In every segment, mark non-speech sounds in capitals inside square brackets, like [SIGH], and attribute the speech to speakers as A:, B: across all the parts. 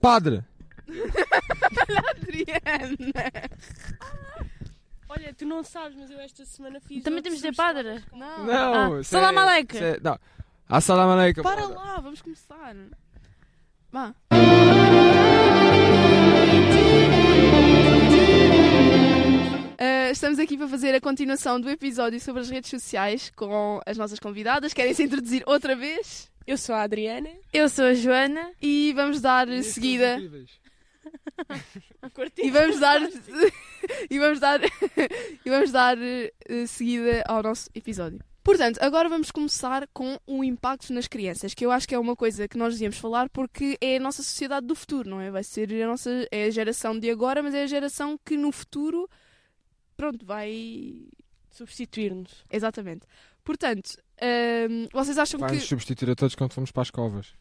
A: Padre!
B: Adriana!
C: Olha, tu não sabes, mas eu esta semana fiz.
D: Também temos de dizer padre?
B: Não.
A: Não,
D: Ah,
A: isso
D: salam
A: é-
D: aleikum.
A: isso é- Não. Assalamu alaikum.
B: Para lá, vamos começar. Vá. Ah, estamos aqui para fazer a continuação do episódio sobre as redes sociais com as nossas convidadas. Querem se introduzir outra vez?
C: Eu sou a Adriana.
D: Eu sou a Joana.
B: E vamos dar
A: é
B: seguida.
C: Curti.
B: E vamos dar. [LAUGHS] e vamos dar. [LAUGHS] e vamos dar eh, seguida ao nosso episódio. Portanto, agora vamos começar com o impacto nas crianças, que eu acho que é uma coisa que nós devíamos falar porque é a nossa sociedade do futuro, não é? Vai ser a nossa. É a geração de agora, mas é a geração que no futuro. Pronto, vai.
C: Substituir-nos.
B: Exatamente. Portanto, ahm, vocês acham
A: Vai nos
B: que.
A: substituir a todos quando fomos para as covas.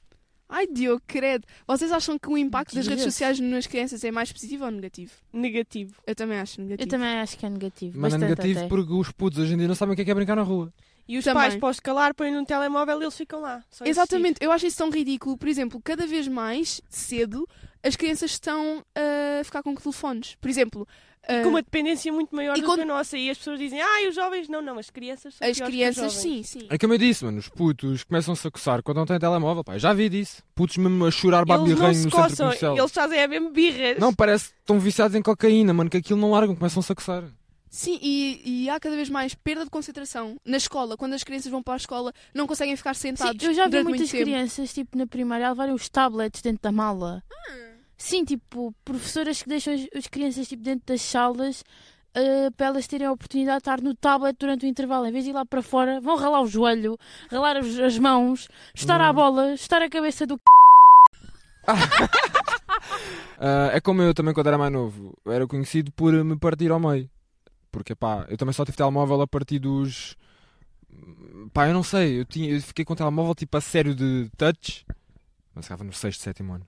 B: Ai, Diogo, credo! Vocês acham que o impacto das redes
C: Jesus.
B: sociais nas crianças é mais positivo ou negativo?
C: Negativo.
B: Eu também acho negativo.
D: Eu também acho que é negativo.
A: Mas é
D: bastante
A: negativo
D: até.
A: porque os putos hoje em dia não sabem o que é, que é brincar na rua.
C: E os
B: Também.
C: pais, para os calar, põem num telemóvel e eles ficam lá. só a
B: Exatamente, eu acho isso tão ridículo. Por exemplo, cada vez mais cedo as crianças estão ah, a ficar com telefones. Por exemplo, ah,
C: assistir. Com uma dependência muito maior
B: E
C: do
B: quando-
C: que a nossa. E as pessoas dizem, ah, e os jovens. Não, não, as crianças são
B: as
C: piores que
B: crianças,
C: os jovens.
B: sim, sim.
A: É como eu disse, mano, os putos começam-se a coçar quando não têm telemóvel. Pá, eu já vi disso. Putos mesmo a chorar
C: Eles não
A: babirranho
C: se
A: no centro
C: coçam,
A: comercial.
C: eles fazem a mesma birras.
A: Não, parece que estão viciados em cocaína, mano, que aquilo não largam, começam-se a coçar.
B: Sim, e, e há cada vez mais perda de concentração na escola. Quando as crianças vão para a escola, não conseguem ficar
D: Sim,
B: sentados.
D: eu já vi
B: durante muito
D: muitas
B: tempo.
D: crianças, tipo, na primária, a levarem os tablets dentro da mala.
B: Ah.
D: Sim, tipo, professoras que deixam as, as crianças tipo, dentro das salas eh, para elas terem a oportunidade de estar no tablet durante o intervalo. Em vez de ir lá para fora, vão ralar o joelho, ralar as, as mãos, chutar à
A: Hum.
D: bola, chutar a cabeça do c.
A: Ah, é como eu também quando era mais novo. Eu era conhecido por eh, me partir ao meio. Porque pá, eu também só tive telemóvel a partir dos. hum, Pá, eu não sei, eu, tinha, eu fiquei com telemóvel tipo a sério de touch. Mas estava no 6, 7 ano.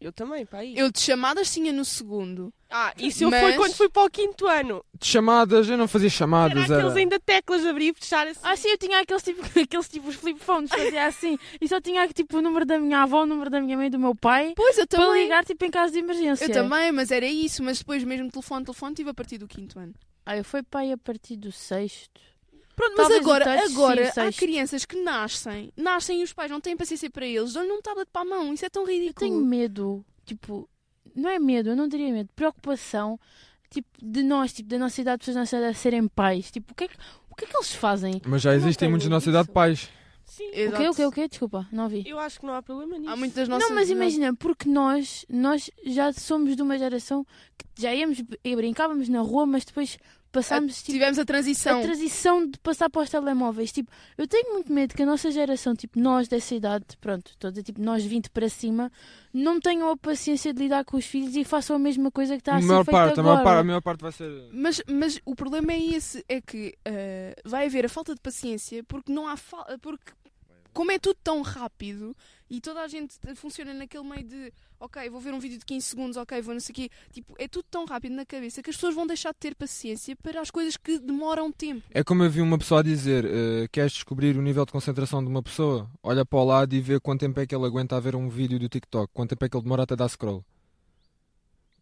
C: Eu também, pá. aí.
B: Eu de chamadas tinha no segundo.
C: Ah, isso eu
B: Mas-
C: foi quando fui para o quinto ano.
A: De chamadas, eu não fazia
C: Era
A: chamadas.
C: aqueles
A: Era...
C: ainda teclas de abrir e fechar assim.
D: Ah, sim, eu tinha aqueles tipo, [LAUGHS] aqueles tipo os flip phones, fazia assim. E só tinha tipo o número da minha avó, o número da minha mãe e do meu pai.
B: Pois, eu
D: Para
B: também.
D: ligar, tipo, em caso de emergência.
B: Eu também, mas era isso. Mas depois mesmo telefone, telefone, tive a partir do quinto ano.
D: Ah, eu fui pai a partir do sexto.
B: Pronto, mas
D: Talvez o
B: agora,
D: touch,
B: agora
D: sim,
B: há
D: sexto.
B: crianças que nascem, nascem e os pais não têm paciência para eles, dão-lhe um tablet para a mão, isso é tão
D: Eu tenho
B: ridículo.
D: medo, tipo, não é medo, eu não teria medo, preocupação, tipo, de nós, tipo, da nossa idade, pessoas da nossa idade serem pais. Tipo, o que é que, o que, é que eles fazem?
A: Mas já existem
C: tenho
A: muitos na nossa idade
C: isso.
A: pais.
C: Sim.
D: O
B: Exato.
D: quê, o quê, o quê? Desculpa, não vi.
C: Eu acho que não há problema nisso.
B: Há muitas nossas.
D: não, mas imagina, porque nós, nós já somos de uma geração que já íamos e brincávamos na rua, mas depois passámos, tipo,
B: Tivemos a
D: a
B: transição.
D: transição de passar para os telemóveis. Tipo, eu tenho muito medo que a nossa geração, tipo, nós dessa idade, pronto, toda, tipo, nós de 20 para cima, não tenham a paciência de lidar com os filhos e façam a mesma coisa que
C: Tá
D: está a
A: a,
C: assim
D: ser
A: maior
D: feita
A: parte, a,
D: agora.
A: maior parte, a maior parte vai ser.
B: Mas, mas o problema é esse, é que eh, vai haver a falta de paciência porque não há fa- porque como é tudo tão rápido e toda a gente funciona naquele meio de ok, vou ver um vídeo de 15 segundos, ok, vou não sei o quê, tipo, é tudo tão rápido na cabeça que as pessoas vão deixar de ter paciência para as coisas que demoram tempo.
A: É como eu vi uma pessoa dizer: eh, queres descobrir o nível de concentração de uma pessoa? Olha para o lado e vê quanto tempo é que ele aguenta a ver um vídeo do TikTok, quanto tempo é que ele demora até dar scroll.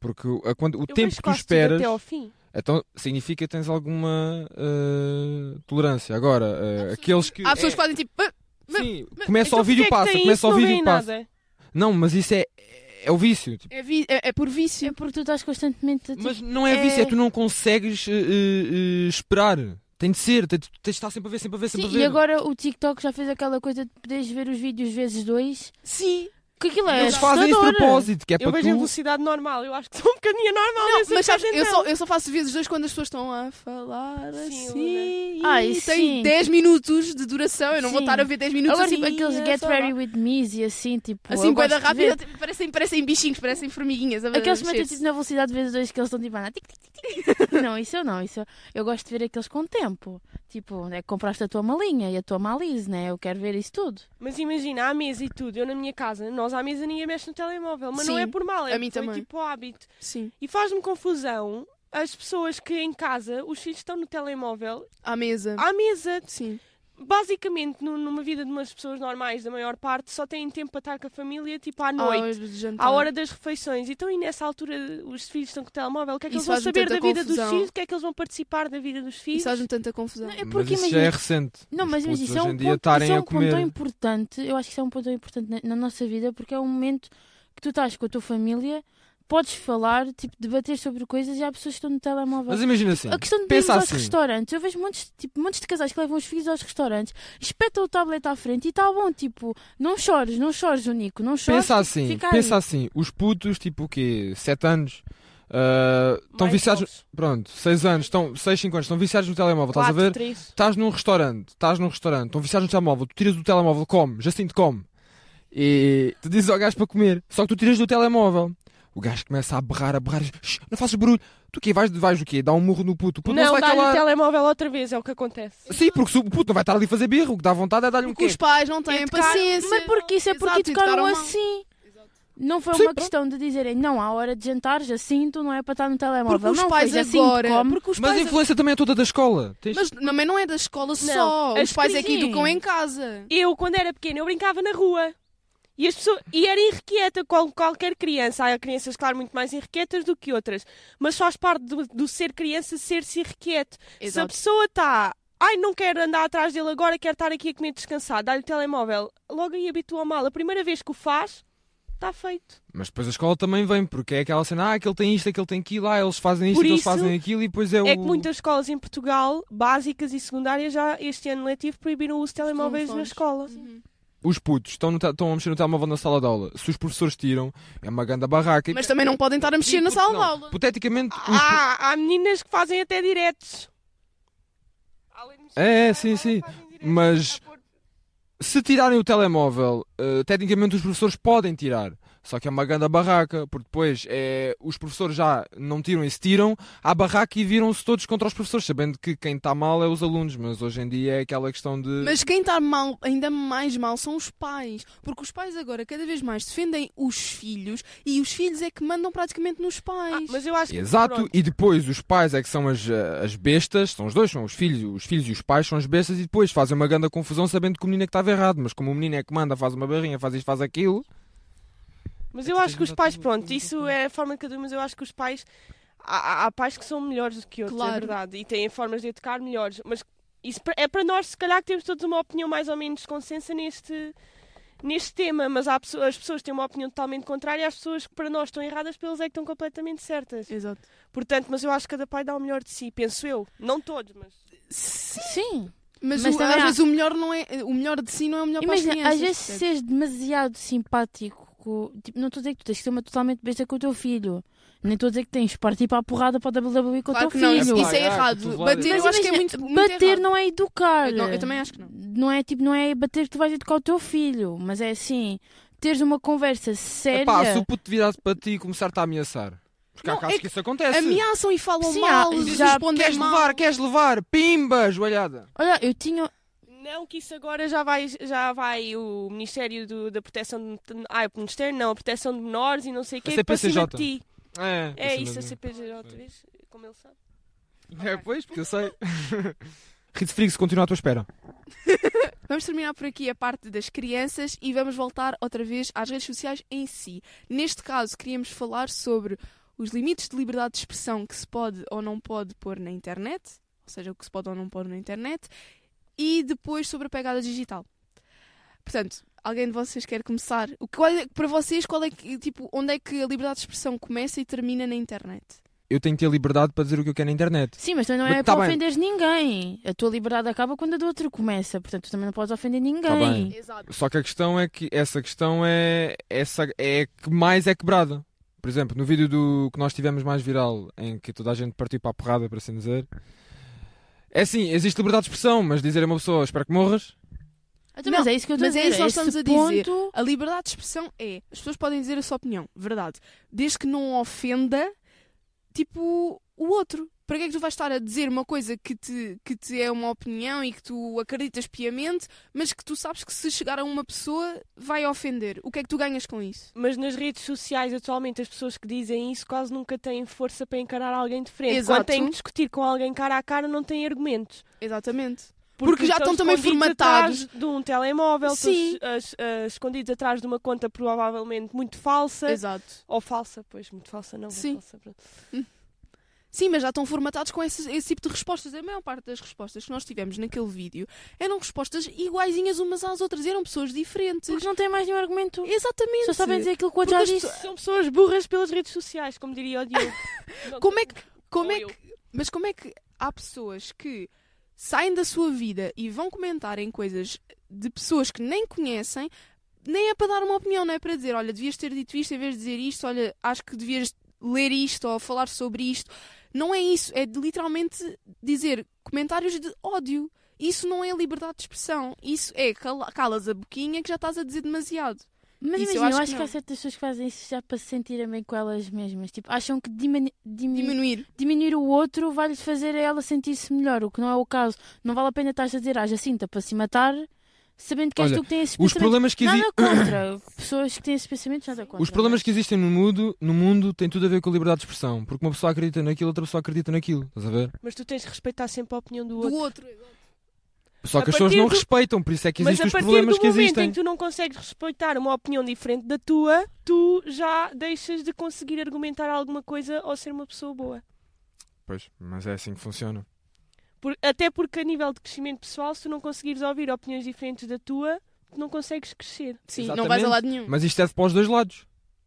A: Porque o, a quant- o
C: Eu
A: tempo
C: vejo
A: que tu
C: quase tudo
A: esperas
C: Até ao fim.
A: então, significa que tens alguma eh, tolerância. Agora, eh, aqueles que.
B: Há pessoas
A: é-
B: que fazem tipo, "Ah,
A: Sim,
B: mas-
A: começa
C: Então
A: o vídeo
C: porquê é que
A: passa,
C: tem
A: começa
C: isso,
A: o
C: não
A: vídeo
C: veem
A: passa.
C: nada?
A: Não, mas isso é, é, é o vício. tipo.
B: é, vi- é- é por vício.
D: É porque tu estás constantemente a, tipo,
A: Mas não é vício, é tu não consegues eh, eh, eh, esperar. Tem de ser, tem de, tens de estar sempre a ver, sempre a ver, sempre
D: Sim,
A: a ver.
D: e agora o TikTok já fez aquela coisa de poderes ver os vídeos vezes dois.
B: Sim,
D: Que aquilo é
A: Eles fazem isso de
D: assustador.
A: propósito, que é
C: Eu
A: para
C: vejo em
A: tu.
C: velocidade normal. Eu acho que sou um bocadinho normal.
B: Não,
C: nessa
B: mas sabes,
C: viagem,
B: eu
C: não.
B: só, eu só faço vezes dois quando as pessoas estão a falar
C: Sim,
B: assim.
D: Ai,
B: e
D: sim.
B: tem 10 minutos de duração, eu não vou
D: Sim.
B: estar a ver 10 minutos
D: Agora,
B: assim,
D: tipo, aqueles
B: a
D: Get
B: falar.
D: Ready With Me's e assim, tipo...
B: Assim,
D: eu
B: coisa
D: gosto de ver.
B: rápida, tipo, parecem, parecem bichinhos, parecem formiguinhas. A
D: Aqueles que metem
B: mexer-se.
D: tipo, na velocidade vezes dois que eles estão tipo. a andar, tic, tic, tic, tic, tic. Não, isso eu não. Isso eu, eu gosto de ver aqueles com tempo. Tipo, né, compraste a tua malinha e a tua malise, né? Eu quero ver isso tudo.
C: Mas imagina, à mesa e tudo, eu na minha casa, nós à mesa ninguém mexe no telemóvel, mas não
B: Sim,
C: é por mal, é
B: a mim
C: foi
B: também.
C: tipo hábito.
B: Sim,
C: E faz-me confusão as pessoas que em casa, os filhos estão no telemóvel,
B: à mesa.
C: à mesa,
B: Sim.
C: basicamente, nu- numa vida de umas pessoas normais, da maior parte, só têm tempo para estar com a família, tipo à
B: À
C: noite.
B: hora do jantar.
C: à hora das refeições. Então, e nessa altura os filhos estão com o telemóvel, o que é que
B: Isso
C: eles vão
B: faz-me
C: saber da
B: tanta
C: vida
B: confusão.
C: dos filhos? O que é que eles vão participar da vida dos filhos?
B: Isso faz-me tanta confusão.
D: Não, é
A: Mas
D: porque
A: isso já é
D: imagina.
A: recente.
D: Não,
A: Os
D: mas
A: putos
D: imagina, isso é
A: hoje
D: um,
A: em dia
D: ponto,
A: estarem
D: isso é
A: a
D: um ponto tão
A: comer.
D: importante. Eu acho que isso é um ponto tão importante na, na nossa vida porque é um momento que tu estás com a tua família, podes falar, tipo, debater sobre coisas e há pessoas que estão no telemóvel.
A: Mas imagina assim.
D: A questão de irmos
A: Pensa
D: aos
A: assim.
D: restaurantes, eu vejo montes, tipo, montes de casais que levam os filhos aos restaurantes, espetam o tablet à frente e está bom, tipo, não chores, não chores, Nico, não chores.
A: Pensa assim,
D: é fica aí.
A: pensa assim, os putos, tipo o quê? 7 anos, ah, estão
C: Mais
A: viciados.
C: novos.
A: Pronto, 6 anos, estão, 6, 5 anos, estão viciados no telemóvel, estás a
C: Quatro,
A: ver?
C: três.
A: Estás num restaurante, estás num restaurante, estão viciados no telemóvel, tu tiras do telemóvel, come, Jacinto come. E tu dizes ao gajo para comer, só que tu tiras do telemóvel. O gajo começa a berrar, a berrar, "Shh, não faças barulho. Tu quê? Vais, vais o quê? Dá um murro no puto, o puto não,
C: Não,
A: se vai
C: dá-lhe o
A: calar.
C: telemóvel outra vez, é o que acontece.
A: Sim, porque se o puto não vai estar ali a fazer birro, o que dá vontade é dar-lhe um
B: Porque os
A: quê?
B: pais não têm
D: Educaram-
B: paciência.
D: É Mas porque isso é porque
B: Exato,
D: educaram
B: educaram mal.
D: assim. Não foi
A: Sim,
D: uma
A: pronto.
D: questão de dizerem não, à hora de jantar, Jacinto, não é para estar no telemóvel.
B: Porque os
D: não,
B: pais
D: foi Jacinto,
B: agora.
D: come.
B: Porque os
A: Mas a
B: pais
A: influência também é toda da escola. Tens-
B: Mas também não é da escola só.
C: as
B: Os pais é que
D: coisinhas.
B: educam em casa.
C: Eu, quando era pequena, eu brincava na rua. E, as pessoas, e era irrequieta qual, qualquer criança. Há crianças, claro, muito mais irrequietas do que outras. Mas faz parte do, do ser criança ser-se irrequieto. Se a
B: Exato.
C: pessoa está... Ai, não quero andar atrás dele agora, quero estar aqui a comer descansado. Dá-lhe o telemóvel. Logo aí habitua mal. A primeira vez que o faz, está feito.
A: Mas depois a escola também vem, porque é aquela cena, ah, aquele tem isto, aquele tem aquilo, ah, eles fazem isto,
C: Por
A: eles
C: isso,
A: fazem aquilo, e depois é, o...
C: É que muitas escolas em Portugal, básicas e secundárias, já este ano letivo proibiram o uso de telemóveis na
B: telefones.
C: escola.
A: Os putos estão, no te- estão a mexer no telemóvel na sala de aula. Se os professores tiram, é uma ganda barraca. E-
B: Mas também não podem estar a mexer
A: e
B: na
A: porque
B: sala de
A: tipo, não?
B: aula.
A: Hipoteticamente, os...
C: Ah, há meninas que fazem até diretos.
A: É, é, sim, sim. Mas- se tirarem o telemóvel, eh, tecnicamente os professores podem tirar. Só que é uma ganda barraca, porque depois é, os professores já não tiram e se tiram à barraca e viram-se todos contra os professores, sabendo que quem está mal é os alunos, mas hoje em dia é aquela questão de.
B: Mas quem está mal, ainda mais mal, são os pais. Porque os pais agora cada vez mais defendem os filhos e os filhos é que mandam praticamente nos
C: Ah,
B: pais.
C: mas eu acho que.
A: Exato,
C: pronto.
A: e depois os pais é que são as, eh, as bestas, são os dois, são os filhos, os filhos e os pais são as bestas e depois fazem uma grande confusão sabendo que o menino é que estava errado, mas como o menino é que manda, faz uma barrinha, faz isto, faz aquilo.
C: Mas
A: É
C: eu
A: que
C: acho que os
A: seja
C: pais,
A: tudo-
C: pronto,
A: tudo
C: isso
A: tudo.
C: é a forma de cada um, mas eu acho que os pais. Há, há- há pais que são melhores do que outros, é
B: Claro.
C: verdade, e têm formas de educar melhores. Mas isso pra- é para nós, se calhar, que temos todos uma opinião mais ou menos consensa neste, neste tema, mas há pessoas, as pessoas têm uma opinião totalmente contrária, as pessoas que para nós estão erradas, para eles é que estão completamente certas.
B: Exato.
C: Portanto, mas eu acho que cada pai dá o melhor de si, penso eu. Não todos, mas.
B: Sim,
D: Sim.
B: mas,
D: Mas
B: o-
D: também
B: às
D: há-
B: vezes o melhor, não é, o melhor de si não é o melhor para as
D: Imagina,
B: crianças.
D: às vezes
B: percebes?
D: seres demasiado simpático. com- tipo, não estou a dizer que tu tens que ser uma totalmente besta com o teu filho. Nem estou a dizer que tens de partir para a porrada para o WWE com
B: Claro
D: o
B: que
D: teu
B: não, isso,
D: filho.
A: É
B: isso é
A: claro, é
B: errado.
A: tudo válido.
B: Bater
D: Mas
B: eu acho que é
D: imagina,
B: muito, muito
D: bater
B: errado.
D: não é educar.
B: Eu não- eu também acho que não.
D: Não é tipo, não é bater que tu vais educar o teu filho, mas é assim, teres uma conversa séria.
A: Epá, se o puto virasse para ti e começar-te a ameaçar. Porque há
B: Não,
A: casos
B: é
A: que isso acontece.
B: Ameaçam e falam
D: Sim,
B: mal,
D: há-
B: e
D: já-
B: respondem
A: Queres
B: mal.
A: levar, queres levar, pimba, joelhada.
D: Olha, eu tinha.
C: Não, que isso agora já vai, já vai o Ministério do- da Proteção de. Ah, o Ministério não, a Proteção de Menores e não sei o
A: A
C: que. Para cima de
A: CPCJ.
C: ti.
A: É,
C: É
A: isso
C: isso, a
A: mesmo.
C: CPJ outra vez, como ele sabe.
A: É, pois, porque eu sei. [LAUGHS] Ritz Friggs, continua à tua espera.
B: Vamos terminar por aqui a parte das crianças e vamos voltar outra vez às redes sociais em si. Neste caso, queríamos falar sobre os limites de liberdade de expressão que se pode ou não pode pôr na internet, ou seja, o que se pode ou não pôr na internet, e depois sobre a pegada digital. Portanto, alguém de vocês quer começar? O que- qual é- para vocês, qual é que, tipo, onde é que a liberdade de expressão começa e termina na internet?
A: Eu tenho que ter liberdade para dizer o que eu quero na internet.
D: Sim, mas também não
A: Mas
D: é
A: tá
D: para
A: bem.
D: ofenderes ninguém. A tua liberdade acaba quando a do outro começa, portanto tu também não podes ofender ninguém.
A: Tá bem.
B: Exato.
A: Só que a questão é que essa questão é, essa, é a que mais é quebrada. Por exemplo, no vídeo do que nós tivemos mais viral, em que toda a gente partiu para a porrada, para assim dizer. É sim, existe liberdade de expressão, mas dizer a uma pessoa, espero que morras.
D: Então, mas
B: Não,
D: é isso que eu estou a
B: mas é
D: dizer.
B: isso que nós estamos
D: esse
B: a dizer.
D: ponto-
B: A liberdade de expressão é, as pessoas podem dizer a sua opinião, verdade, desde que não ofenda, tipo, o outro. Para que é que tu vais estar a dizer uma coisa que te, que te é uma opinião e que tu acreditas piamente, mas que tu sabes que se chegar a uma pessoa vai ofender? O que é que tu ganhas com isso?
C: Mas nas redes sociais, atualmente, as pessoas que dizem isso quase nunca têm força para encarar alguém de frente.
B: Exato.
C: Quando têm que discutir com alguém cara a cara, não têm argumentos.
B: Exatamente. Porque já estão também
C: escondidos
B: formatados.
C: atrás de um telemóvel, estão
B: Sim.
C: es- as- as- escondidos atrás de uma conta provavelmente muito falsa.
B: Exato.
C: Ou falsa, pois, muito falsa não. é
B: Sim.
C: falsa, pronto.
B: Sim, mas já estão formatados com esse, esse tipo de respostas. A maior parte das respostas que nós tivemos naquele vídeo eram respostas iguaizinhas umas às outras. Eram pessoas diferentes.
D: Porque não tem mais nenhum argumento.
B: Exatamente.
D: Só sabem dizer aquilo que o outro
B: Porque
D: já
B: as
D: disse.
C: São pessoas burras pelas redes sociais, como diria o Diogo. [LAUGHS] Não,
B: Como é que- Como
C: ou
B: é
C: eu.
B: que, mas como é que há pessoas que saem da sua vida e vão comentarem coisas de pessoas que nem conhecem, nem é para dar uma opinião, não é para dizer, olha, devias ter dito isto em vez de dizer isto, olha, acho que devias ler isto ou falar sobre isto. Não é isso, é de literalmente dizer comentários de ódio. Isso não é liberdade de expressão. Isso é cala- calas a boquinha que já estás a dizer demasiado.
D: Mas
B: Isso eu
D: imagina, eu
B: acho
D: acho,
B: que
D: que,
B: não.
D: há certas pessoas que fazem isso já para se sentirem bem com elas mesmas. Tipo, acham que diminu- diminu-
B: Diminuir.
D: diminuir o outro vai-lhes fazer a ela sentir-se melhor, o que não é o caso. Não vale a pena estar a dizer, haja cinta para se matar, sabendo que és
A: Olha,
D: tu que tens esses
A: Os
D: pensamentos.
A: problemas que, exi-
D: Nada contra pessoas que têm esses pensamentos, nada contra.
A: Os problemas que existem no mundo, no mundo têm tudo a ver com a liberdade de expressão. Porque uma pessoa acredita naquilo, outra pessoa acredita naquilo. Estás a ver?
C: Mas tu tens de respeitar sempre a opinião do
B: Do outro.
C: outro.
A: Só
C: A
A: que as pessoas não
C: partir do-
A: respeitam, por isso é que
C: Mas
A: existem
C: a
A: os
C: partir
A: problemas
C: do
A: que
C: momento
A: existem.
C: em que tu não consegues respeitar uma opinião diferente da tua, tu já deixas de conseguir argumentar alguma coisa ou ser uma pessoa boa.
A: Pois, mas é assim que funciona.
C: Por- até porque a nível de crescimento pessoal, se tu não conseguires ouvir opiniões diferentes da tua, tu não consegues crescer.
B: Sim, não vais
A: Exatamente.
B: a lado
C: Hum.
B: nenhum.
A: Mas isto é para os dois lados.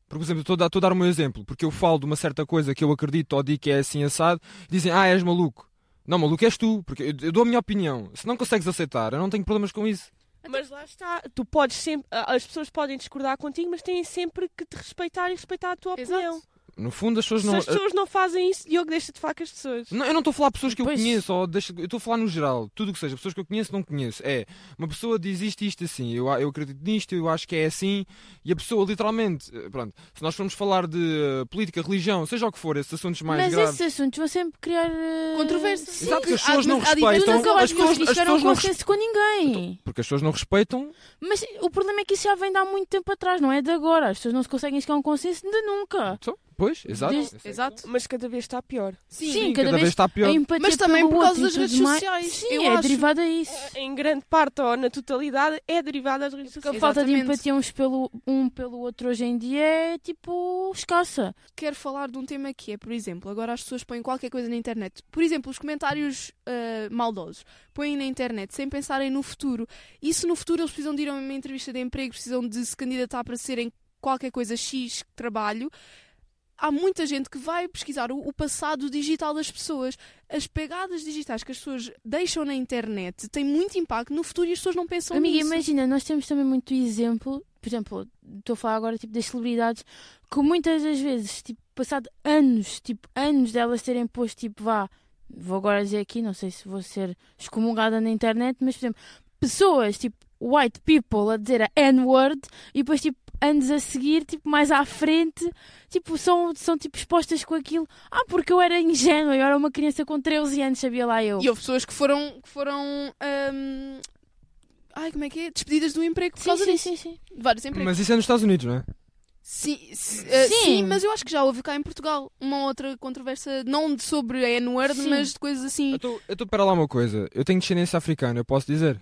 A: Por exemplo, estou a dar- estou a dar o meu exemplo. Porque eu falo de uma certa coisa que eu acredito ou digo que é assim assado, e dizem, ah, és maluco. Não, maluco és tu, porque eu, eu dou a minha opinião. Se não consegues aceitar, eu não tenho problemas com isso.
C: Mas lá está, tu podes sempre, a- as pessoas podem discordar contigo, mas têm sempre que te respeitar e respeitar a tua
B: Exato.
C: opinião.
A: No fundo, as pessoas
C: Se
A: não. eh,
C: as pessoas não fazem isso, Diogo deixa de falar com as pessoas.
A: Não, eu não estou a falar de pessoas que
D: Pois.
A: eu conheço, ou deixa- eu estou a falar no geral, tudo o que seja, pessoas que eu conheço não conheço. É, uma pessoa diz isto e isto assim, eu, a- eu acredito nisto, eu acho que é assim, e a pessoa literalmente, eh, pronto, se nós formos falar de eh, política, religião, seja o que for, esses assuntos mais
D: Mas
A: graves.
D: esses assuntos vão sempre criar. eh,
B: Controvérsia.
D: sim.
A: Exato, porque as
B: há-
A: pessoas não
B: mas há diferença.
D: Tu
A: respeitam.
D: nunca
A: Então, as
D: vais
A: pessoas,
D: conseguir
A: as
D: chegar a um
A: pessoas não Então- res-
D: consenso com ninguém.
A: Porque as pessoas não respeitam.
D: Mas o problema é que isso já vem de há muito tempo atrás, não é de agora. As pessoas não se conseguem chegar a um consenso de nunca.
A: Então, pois, exato.
D: Desde-
A: Esse é-
B: Exato.
C: Mas cada vez está pior.
D: Sim,
A: Sim,
D: cada, vez
A: está pior.
D: a empatia
B: Mas também
D: pelo
B: por causa
D: outro
B: das
D: e tudo
B: redes
D: mais.
B: sociais,
D: Sim,
B: eu
D: é
B: acho.
D: derivada a isso.
C: Em grande parte ou na totalidade, é derivada das redes
D: A
C: sociais.
B: Exatamente.
D: falta de empatia uns pelo, um pelo outro hoje em dia é tipo escassa.
B: quero falar de um tema que é, por exemplo, agora as pessoas põem qualquer coisa na internet. Por exemplo, os comentários ah, maldosos. Põem na internet sem pensarem no futuro. E se no futuro eles precisam de ir a uma entrevista de emprego, precisam de se candidatar para serem qualquer coisa X que trabalho, há muita gente que vai pesquisar o, o passado digital das pessoas. As pegadas digitais que as pessoas deixam na internet têm muito impacto no futuro e as pessoas não pensam
D: Amiga,
B: nisso.
D: imagina, nós temos também muito exemplo, por exemplo, estou a falar agora tipo das celebridades, que muitas das vezes, tipo, passado anos, tipo, anos delas terem posto, tipo, vá, vou agora dizer aqui, não sei se vou ser excomungada na internet, mas, por exemplo, pessoas, tipo, white people a dizer a N-word e depois, tipo, anos a seguir, tipo, mais à frente, tipo, são, são tipo, expostas com aquilo. Ah, porque eu era ingênua, eu era uma criança com 13 anos, sabia lá eu.
B: E houve pessoas que foram. Que foram ahm, Ai, como é que é? Despedidas do emprego por
D: Sim,
B: causa
D: sim,
B: disso.
D: sim, sim.
B: Vários empregos.
A: Mas isso é nos Estados Unidos, não é?
B: Sim, se- eh,
D: Sim.
B: sim, mas eu acho que já houve cá em Portugal uma outra controvérsia, não de sobre a N-word,
D: Sim.
B: mas de coisas assim.
A: Eu estou para lá uma coisa, eu tenho descendência africana, eu posso dizer.